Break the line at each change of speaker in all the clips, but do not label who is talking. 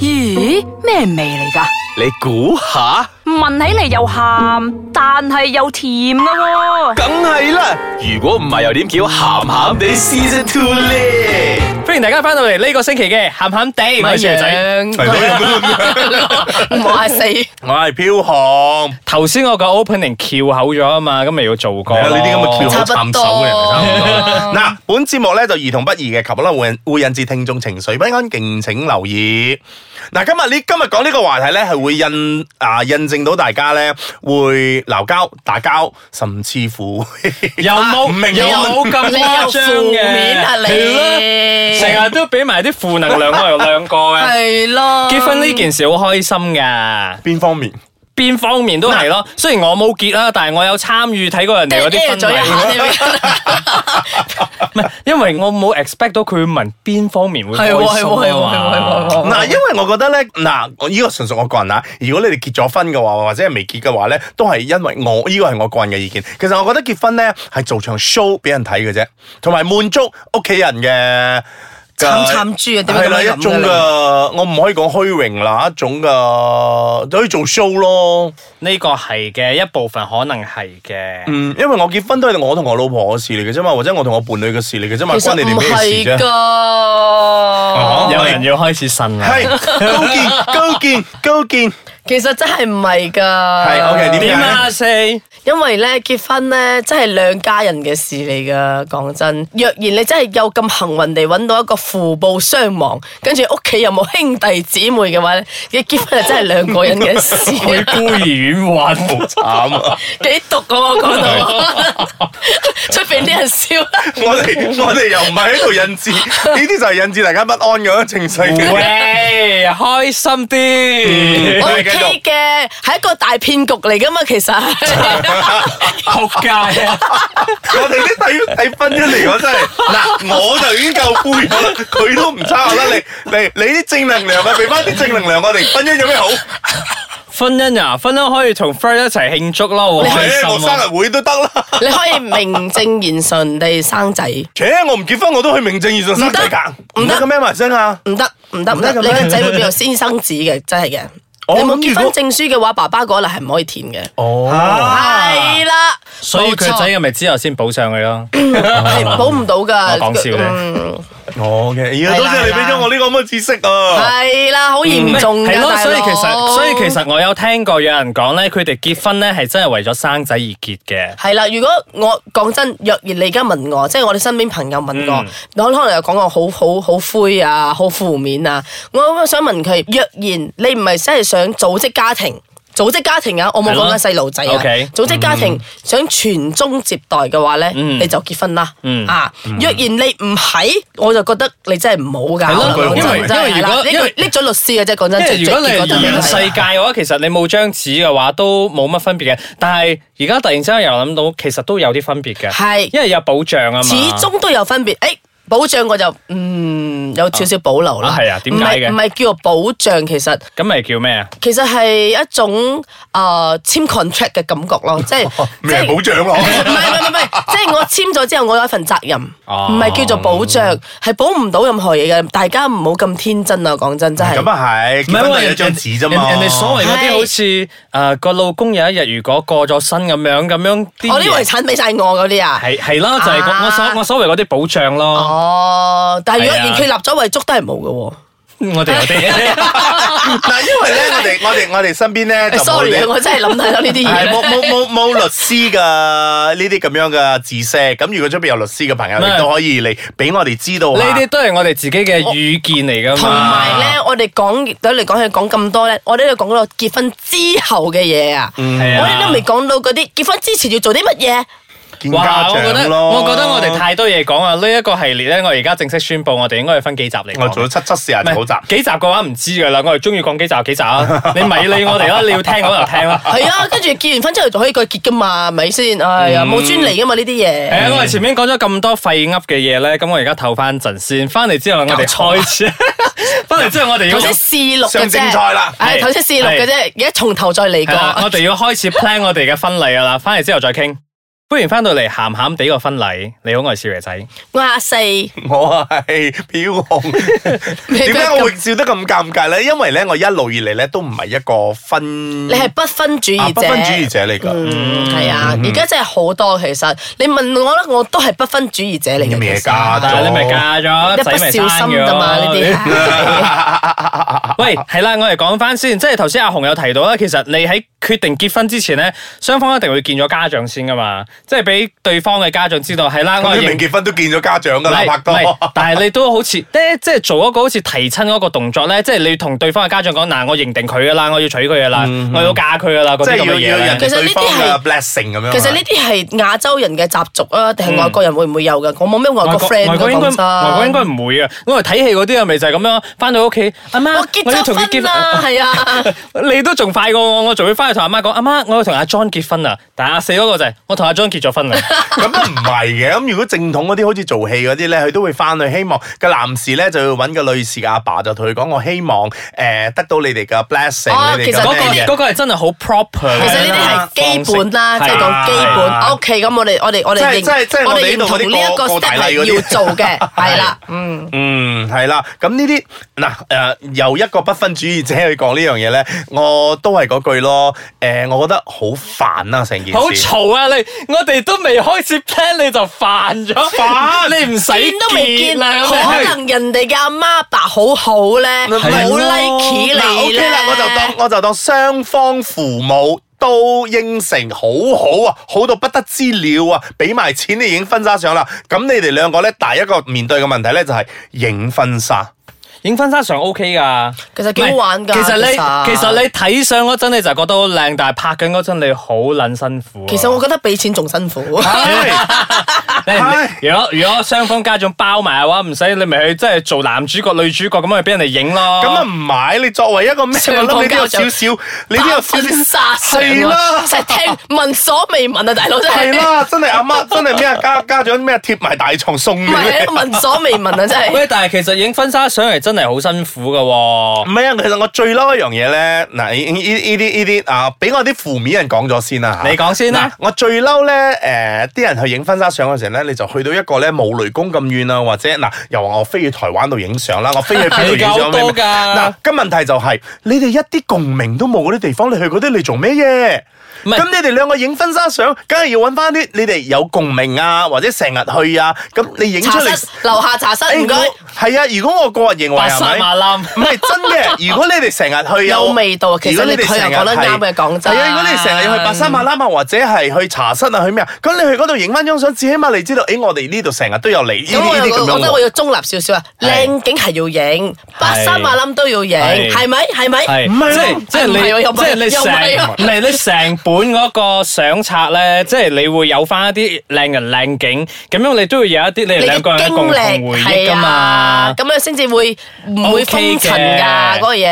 咦，咩味嚟噶？
你估下，
聞起嚟又鹹，但係又甜噶喎、
梗係啦。如果唔係，又點叫鹹鹹地 Season Two 咧？
歡迎大家翻到嚟呢個星期嘅鹹鹹地，我係小仔。
唔好嗌死。
我係飄航，
頭先我個 opening 翹口咗啊嘛，咁咪要做過
係啊
咯。
呢啲咁嘅翹口
差不
插手
多
嘅人差唔多。嗱，本節目咧就兒童不宜嘅，及可能會引會引致聽眾情緒不安，敬請留意。嗱，今日呢今日講呢個話題咧，係會印啊印證到大家咧會鬧交、打交，甚至乎
又冇又冇咁
你又
誇張
負
嘅，
面啊你，
係咯成日都俾埋啲負能量我哋兩個嘅。
係咯，
結婚呢件事好開心㗎，
邊方 面？
邊方面都係咯。雖然我冇結啦，但係我有參與睇過人哋嗰啲婚
咗一下
禮，
你咪
唔係因為我冇 expect 到佢會問邊方面會
係喎
開
係喎係
心
喎
啊
係
嘛
喎係。喎
嗱，因為我覺得咧，嗱，我呢個純屬我個人啊。如果你哋結咗婚嘅話，或者係未結嘅話咧，都係因為我呢個係我個人嘅意見。其實我覺得結婚咧係做場 show 俾人睇嘅啫，同埋滿足屋企人嘅。嘅
慘慘豬啊點解
係啦，
咁樣
一種
諗嘅
嘅
你
我唔可以講虛榮啦，一種嘅可以做 show 咯。
呢個係嘅一部分，可能係嘅。
嗯，因為我結婚都係我同我老婆嘅事嚟嘅啫嘛，或者我同我伴侶嘅事嚟嘅啫嘛，
其實
關你哋
唔
咩事啫？
係噶，
有人要開始呻啦。
哦係 高見高見高見，
其實真係唔係噶。
係哦 OK 點
點啊四？
因為咧結婚咧真係兩家人嘅事嚟噶，講真。若然你真係有咁幸運地揾到一個父母雙亡，跟住屋企又冇兄弟姊妹嘅話咧，你結婚係真係兩個人 嘅事，
去孤兒院玩。
慘啊！
幾毒噶我講到， 出邊啲 人笑。
我哋我哋又唔係喺度引致，呢啲就係引致大家不安嘅情緒嘅。
喂，開心啲，
O
繼續
K 嘅，係一個大騙局嚟噶嘛，其實
仆街啊！
我哋啲睇睇婚姻嚟講真係，嗱我就已經夠灰咗啦，佢都唔差我啦。你你你啲正能量啊，俾翻啲正能量我哋，婚姻有咩好？
婚姻啊，婚姻可以同 friend 一齊慶祝啦，好開
係我
心
生
啊！
日會都得啦。
你可以名正言順地生仔，唔
切，我唔結婚我都去名正言順生仔㗎，唔得嘅咩埋身啊？
得唔得唔得，
唔得嘅
你
咩
個仔會變做私生子嘅，真係嘅。
哦
你冇
咁
結
如
婚
果
證書嘅話，爸爸嗰一欄係唔可以填嘅。
哦，
係啦，
所以佢仔嘅咪之後先補上去咯。
係保唔到噶。
我講笑啫
嗯
我嘅，而家多謝你俾咗我呢個咁嘅知識啊！
係啦，好嚴重
係
嘅，
咯，
大佬
所以其實，所以其實我有聽過有人講咧，佢哋結婚咧係真係為咗生仔而結嘅。
係啦，如果我講真，若然你而家問我，即係我哋身邊朋友問
嗯
我，我可能又講我好好好灰啊，好負面啊，我想問佢，若然你唔係真係想組織家庭。組織家庭啊，我冇講緊細路仔啊。
係咯，OK
組織家庭、想傳宗接代嘅話咧，
嗯
你就結婚啦。
嗯
啊，若然你唔係，我就覺得你真係唔好㗎。
係咯
我講
因為
真真係
因為如
啦
果
呢
因為
個拎咗律師嘅啫，講真，
因為
最
如果你
最結果
係
都係
現
係
世界嘅話，其實你冇張紙嘅話都冇乜分別嘅。但係而家突然之間又諗到，其實都有啲分別嘅。
係
因為有保障啊嘛。
始終都有分別。誒、保障我就嗯有少少保留啦
啊。係啊點解嘅
唔係唔係叫做保障，其實
咁咪叫咩啊？
其實係一種誒簽 contract 嘅感覺咯，即係即
咩保
係。
障咯？
唔係唔係唔係，即係我簽咗之後，我有一份責任，
哦
唔係叫做保障，係保唔到任何嘢嘅。大家唔好咁天真啊！講真，真係。
咁啊係，結
唔係
婚
因
都係
為
一張紙啫嘛。
人人哋所謂嗰啲
係
好似誒個老公有一日如果過咗身咁樣咁樣啲
我啲
嘢
遺產俾晒我嗰啲啊。
係係啦，就係
啊
我我所我所謂嗰啲保障咯。
哦，但係如果
係啊
連佢立咗遺囑都係冇嘅喎。
我哋我 哋
嗱，因 為咧，我哋我哋我哋身邊咧就
誒
冇
sorry
你
啊，我真係諗太多呢啲
係
嘢。
冇冇冇冇律師嘅呢啲咁樣嘅知識，咁如果出邊有律師嘅朋友，
咩
亦都可以嚟俾我哋知道
呢
下
啲都係我哋自己嘅語見嚟
啊
噶嘛。
同埋咧，我哋講到嚟講去講咁多咧，我哋喺度講到結婚之後嘅嘢啊，
嗯
係啊，
我哋都未講到嗰啲結婚之前要做啲乜 嘢。
見
哇！
家
我覺
長
得
咯。
我覺得我哋太多嘢講啊！呢一個系列咧，我而家正式宣布，我哋應該係分幾集嚟講。
我
啊
做咗七七四
唔係
廿九集，
幾集嘅話唔知噶啦，我哋中意講幾集就幾集啊！你咪理我哋啦，你要聽我就 聽啦。
係啊，跟住結完婚之後就可以再結噶嘛，係咪先？哎
嗯
呀，冇專利噶嘛呢啲
誒、
嘢。
啊我哋前面講咗咁多廢噏嘅嘢咧，咁我而家唞翻陣先，翻嚟之後我 哋開始，翻嚟之後我哋要
頭先試錄嘅
上正
啫，
菜啦。
係頭先試錄嘅啫，而家從頭再嚟
係啦
過。
我哋要開始 plan 啊我哋嘅婚禮噶啦，翻嚟之後再傾。歡迎翻到嚟鹹鹹地個婚禮，你好，我係少爺仔。
我係阿四，
嗯
你
我係飄 紅，點解我會笑得咁尷尬咧？因為咧，我一路以嚟咧都唔係一個分，
係不分主
啊
義
不
者，
分主義者嚟㗎。
嗯，係啊，而家真係好多其實，你問我咧，我都係不分主義者嚟嘅。
咩
其實
㗎
但係你咪嫁咗，
一
仔
不
咪生
小心
咗
㗎嘛呢 啲。
喂，係啦，我哋講翻先，即係頭先阿紅有提到啦，其實你喺決定結婚之前咧，雙方一定會見咗家長先噶嘛，即係俾對方嘅家長知道，係啦，我
咁
係
你明
認
結婚都見咗家長㗎啦，
唔係
拍
唔係
拖。
但係你都好似咧，即係做一個好似提親嗰個動作咧，即係你同對方嘅家長講嗱，我認定佢噶啦，我要娶佢噶啦，我要嫁佢噶啦，嗰
嗯即
啲
係
咁嘅
要
嘢
要
咧
人
其實
哋
呢
對
啲
方
係
嘅 blessing 咁樣啊。
其實呢啲係亞洲人嘅習俗啊，定係外國人會唔會有嘅？我冇咩外
外
國
國
friend
外國
㗎
應該
講真
外國應該唔會啊！我哋睇戲嗰啲啊，咪就係咁樣，翻到屋企，阿媽
我
我要
結
同佢
咗婚啦，係啊。
你都仲快過我，我仲要翻去同阿媽講，阿媽，我要同阿 John 結婚啦。但係阿四嗰個就係我同阿 John 結咗婚啊啦。
咁都唔係嘅，咁如果正統嗰啲好似做戲嗰啲咧，佢都會翻去希望個男士咧就要揾個女士嘅阿爸就同佢講，我希望誒、呃得到你哋嘅 blessing，、
哦
你
其
哋
實
嗰
嘅
個
咩
嗰
嘅。
個係真係好 proper 嘅。
其實呢啲係基本啦，
方
即
式
係講基本。
啊
係
O K，咁我哋我哋我哋
即係
認
即係即係
我
我哋
哋
呢
認
度
同
嗰啲
呢一個
過過
step
大禮嗰
係
啲
要 做嘅，係啦，嗯。
嗯，係啦，咁呢啲嗱誒，由一個不分主義者去講呢樣嘢咧，我都係嗰句咯。誒、我覺得好煩啦、成件
好
事。
嘈啊！你我哋都未開始 plan 你就煩咗，煩你唔使
見都未見，
哎結啦。
可能人哋嘅阿媽阿爸好好咧，
係啊
冇 like
嗱
你
，OK
咧
啦，我就當我就當雙方父母都應承好好啊，好到不得之了啊，俾埋錢你影婚紗相啦。咁你哋兩個咧，第一個面對嘅問題咧就係影婚 紗。
影婚紗相 OK 噶，
其實幾好玩㗎
唔係其實
其
你
實
其實你睇相嗰陣你就覺得好靚，但係拍緊嗰陣你好撚辛苦啊。
其實我覺得俾錢仲辛苦，
唉
你如果如果雙方家長包埋嘅話，唔使你咪去即係做男主角女主角咁樣去俾人哋影咯。
咁啊唔買，你作為一個咩？我
雙
諗
方
你都有
家
少
長
少，你都有少
婚
少
紗相
係啦
啊，成日聽聞所未聞啊，大佬真係
係，啦，真係阿媽真係咩啊家家長咩啊貼埋大床送
唔
你
係
咧。
聞所未聞啊，真係。
喂，但係其實影婚紗相係真係好辛苦噶喎
唔。係啊，其實我最嬲一樣嘢咧，嗱呢呢呢啲呢啲啊，俾我啲負面人講咗先啦嚇
你講先啦
嗱我最嬲咧誒，啲、人去影婚紗相嘅時候咧，你就去到一個咧冇雷公咁遠啊，或者嗱、又話我飛去台灣度影相啦，我飛去邊 度影
你
相
夠多㗎
咩嗱，咁問題就係、你哋一啲共鳴都冇嗰啲地方，你去嗰啲你做咩嘢？
唔係
咁你哋兩個影婚紗相，梗係要揾翻啲你哋有共鳴啊，或者成日去啊，咁你影出
茶
嚟
室。樓下茶室，唔該，
誒我係啊！如果我個人認為
白
係
沙
咪？
馬冧
唔係真 嘅。如果你哋成日去
有味道其實
如果你哋
佢又
成日
講得啱嘅
係
講真
係啊！如果你成日要去白沙馬拉啊，或者係去茶室啊，去咩啊？咁你去嗰度影翻張相，至起碼你知道，誒，我哋呢度成日都有嚟呢
咁
啲
我
呢啲咁
又我覺
樣
得我
喎。
要中立少少啊，
係
靚景係要影，白衫馬冧都要影，
係
係咪？係咪？
係，
唔係
即
咯
係即係
唔係喎又
你即
唔係
係你
又唔係啊
成唔係你成本嗰個相冊咧，即係你會有翻一啲靚人靚景，咁樣你都會有一啲你哋
你嘅
兩個人嘅
經
共同
歷
回憶
係
噶
啊
嘛，。
咁樣先至會唔會
OK
封塵
嘅
㗎嗰個嘢。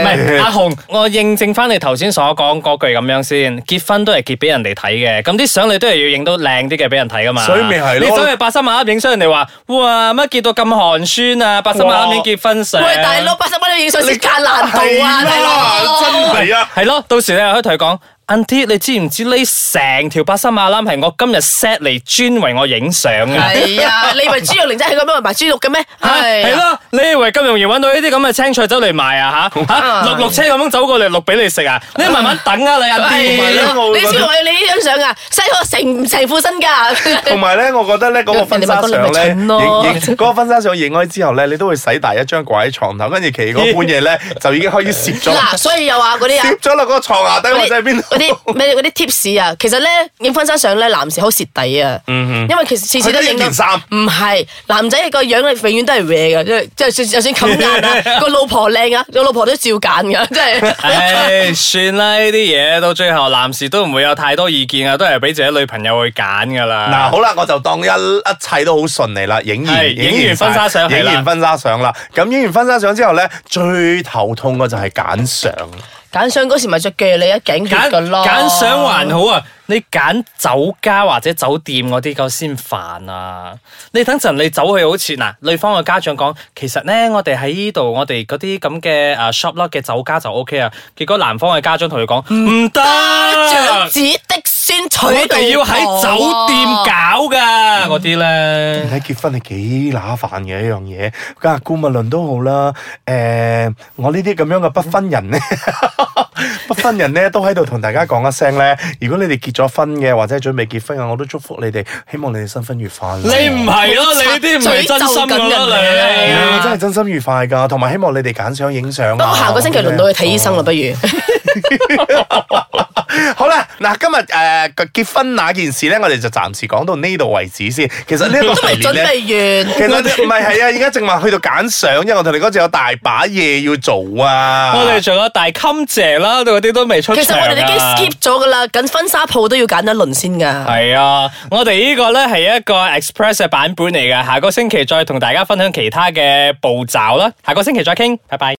唔係阿紅，我認證翻你頭先所講嗰句咁樣先，結婚都係結俾人哋睇嘅，咁啲相你都係要影到靚啲嘅俾人睇噶嘛。
所以咪係咯
你走去白沙馬啱影相，人哋話：哇，乜結到咁寒酸啊！白沙馬啱影結婚相。
喂，大佬，八十蚊你影相時間難度
係
啊，大
啦，真
佬。
係啊！
係咯，到時你又可以同佢講。Auntie，你知唔知呢成條白沙馬欄係我今日 set 嚟專為我影相啊？
係啊，你以為豬肉零仔係咁樣賣豬肉嘅咩？
嚇係
啊。
咯，你以為咁容易揾到呢啲咁嘅青菜走嚟賣啊？吓吓，六六車咁樣走過嚟錄俾你食啊？你慢慢等啊，你
係
係
Auntie。
咯
咯你知唔知你呢張相啊？西我成成副身噶，
同埋咧，我覺得咧嗰個婚紗
人哋咪覺得你
相
咪
咧，影
蠢咯
影嗰個婚紗相影開之後咧，你都會洗大一張掛喺床頭，跟住其嗰半嘢咧就已經開始攝咗，
嗱，所以又話嗰啲啊
攝。咗落嗰個床下底或者係邊
嗰啲
度。
咩嗰啲 tips 啊，其實咧影婚紗相咧，男士好蝕底啊，因為其實次次都
佢都
影
影
到
件衫
唔係男仔個樣咧，永遠都係 w 嘅，即係即係就算就算冚眼啊，個老婆靚啊，個老婆都照揀噶，即係。
唉，算啦，呢啲嘢到最後男士都唔會有太多意見啊，都係俾自己女朋友去揀噶啦。
嗱，好啦，我就當一一切都好順利啦，影完
啊係影完婚紗相
晒
係
影
啦
完婚紗相啦。咁影完婚紗相之後咧，最頭痛嘅就係揀相。
揀相嗰時咪着鋸你一頸血
揀
噶咯，
揀相還好啊，你揀酒家或者酒店嗰啲夠先煩啊！你等陣你走去好似嗱，對方嘅家長講，其實咧我哋喺呢度，我哋嗰啲咁嘅誒 shop lot 嘅酒家就 O K 啊。結果男方嘅家長同佢講唔得，
長子的先取
我哋要喺
道路
酒
啊
店搞噶嗰啲咧，
睇結婚係幾乸煩嘅一樣嘢，家下顧物論都好啦。誒、我呢啲咁樣嘅不婚人咧， 不婚人咧都喺度同大家講一聲咧，如果你哋結咗婚嘅，或者準備結婚嘅，我都祝福你哋，希望你哋新婚愉快啦。
你唔係啊咯，你啲唔係真心
詛咒
噶
緊人
啦
哋啊
你。
係真係真心愉快㗎，同埋希望你哋揀相影相
不
啊。
過下個星期輪到去睇醫生啦，不如。
好啦，嗱，今日誒個結婚那件事咧，我哋就暫時講到呢度為止先。其實呢一個
都
系
未
列
準
咧。
備 完。
其實唔係係啊，而家正話去到揀相，因為我同你嗰陣有大把嘢要做啊。
我哋仲有大襟姐啦，嗰啲都未出
其
場
實我哋已經
啊
skip 咗噶啦，緊婚紗鋪都要揀一輪先㗎。
系啊，我哋呢個咧係一個 express 嘅版本嚟嘅，下個星期再同大家分享其他嘅步驟啦。下個星期再傾，拜拜。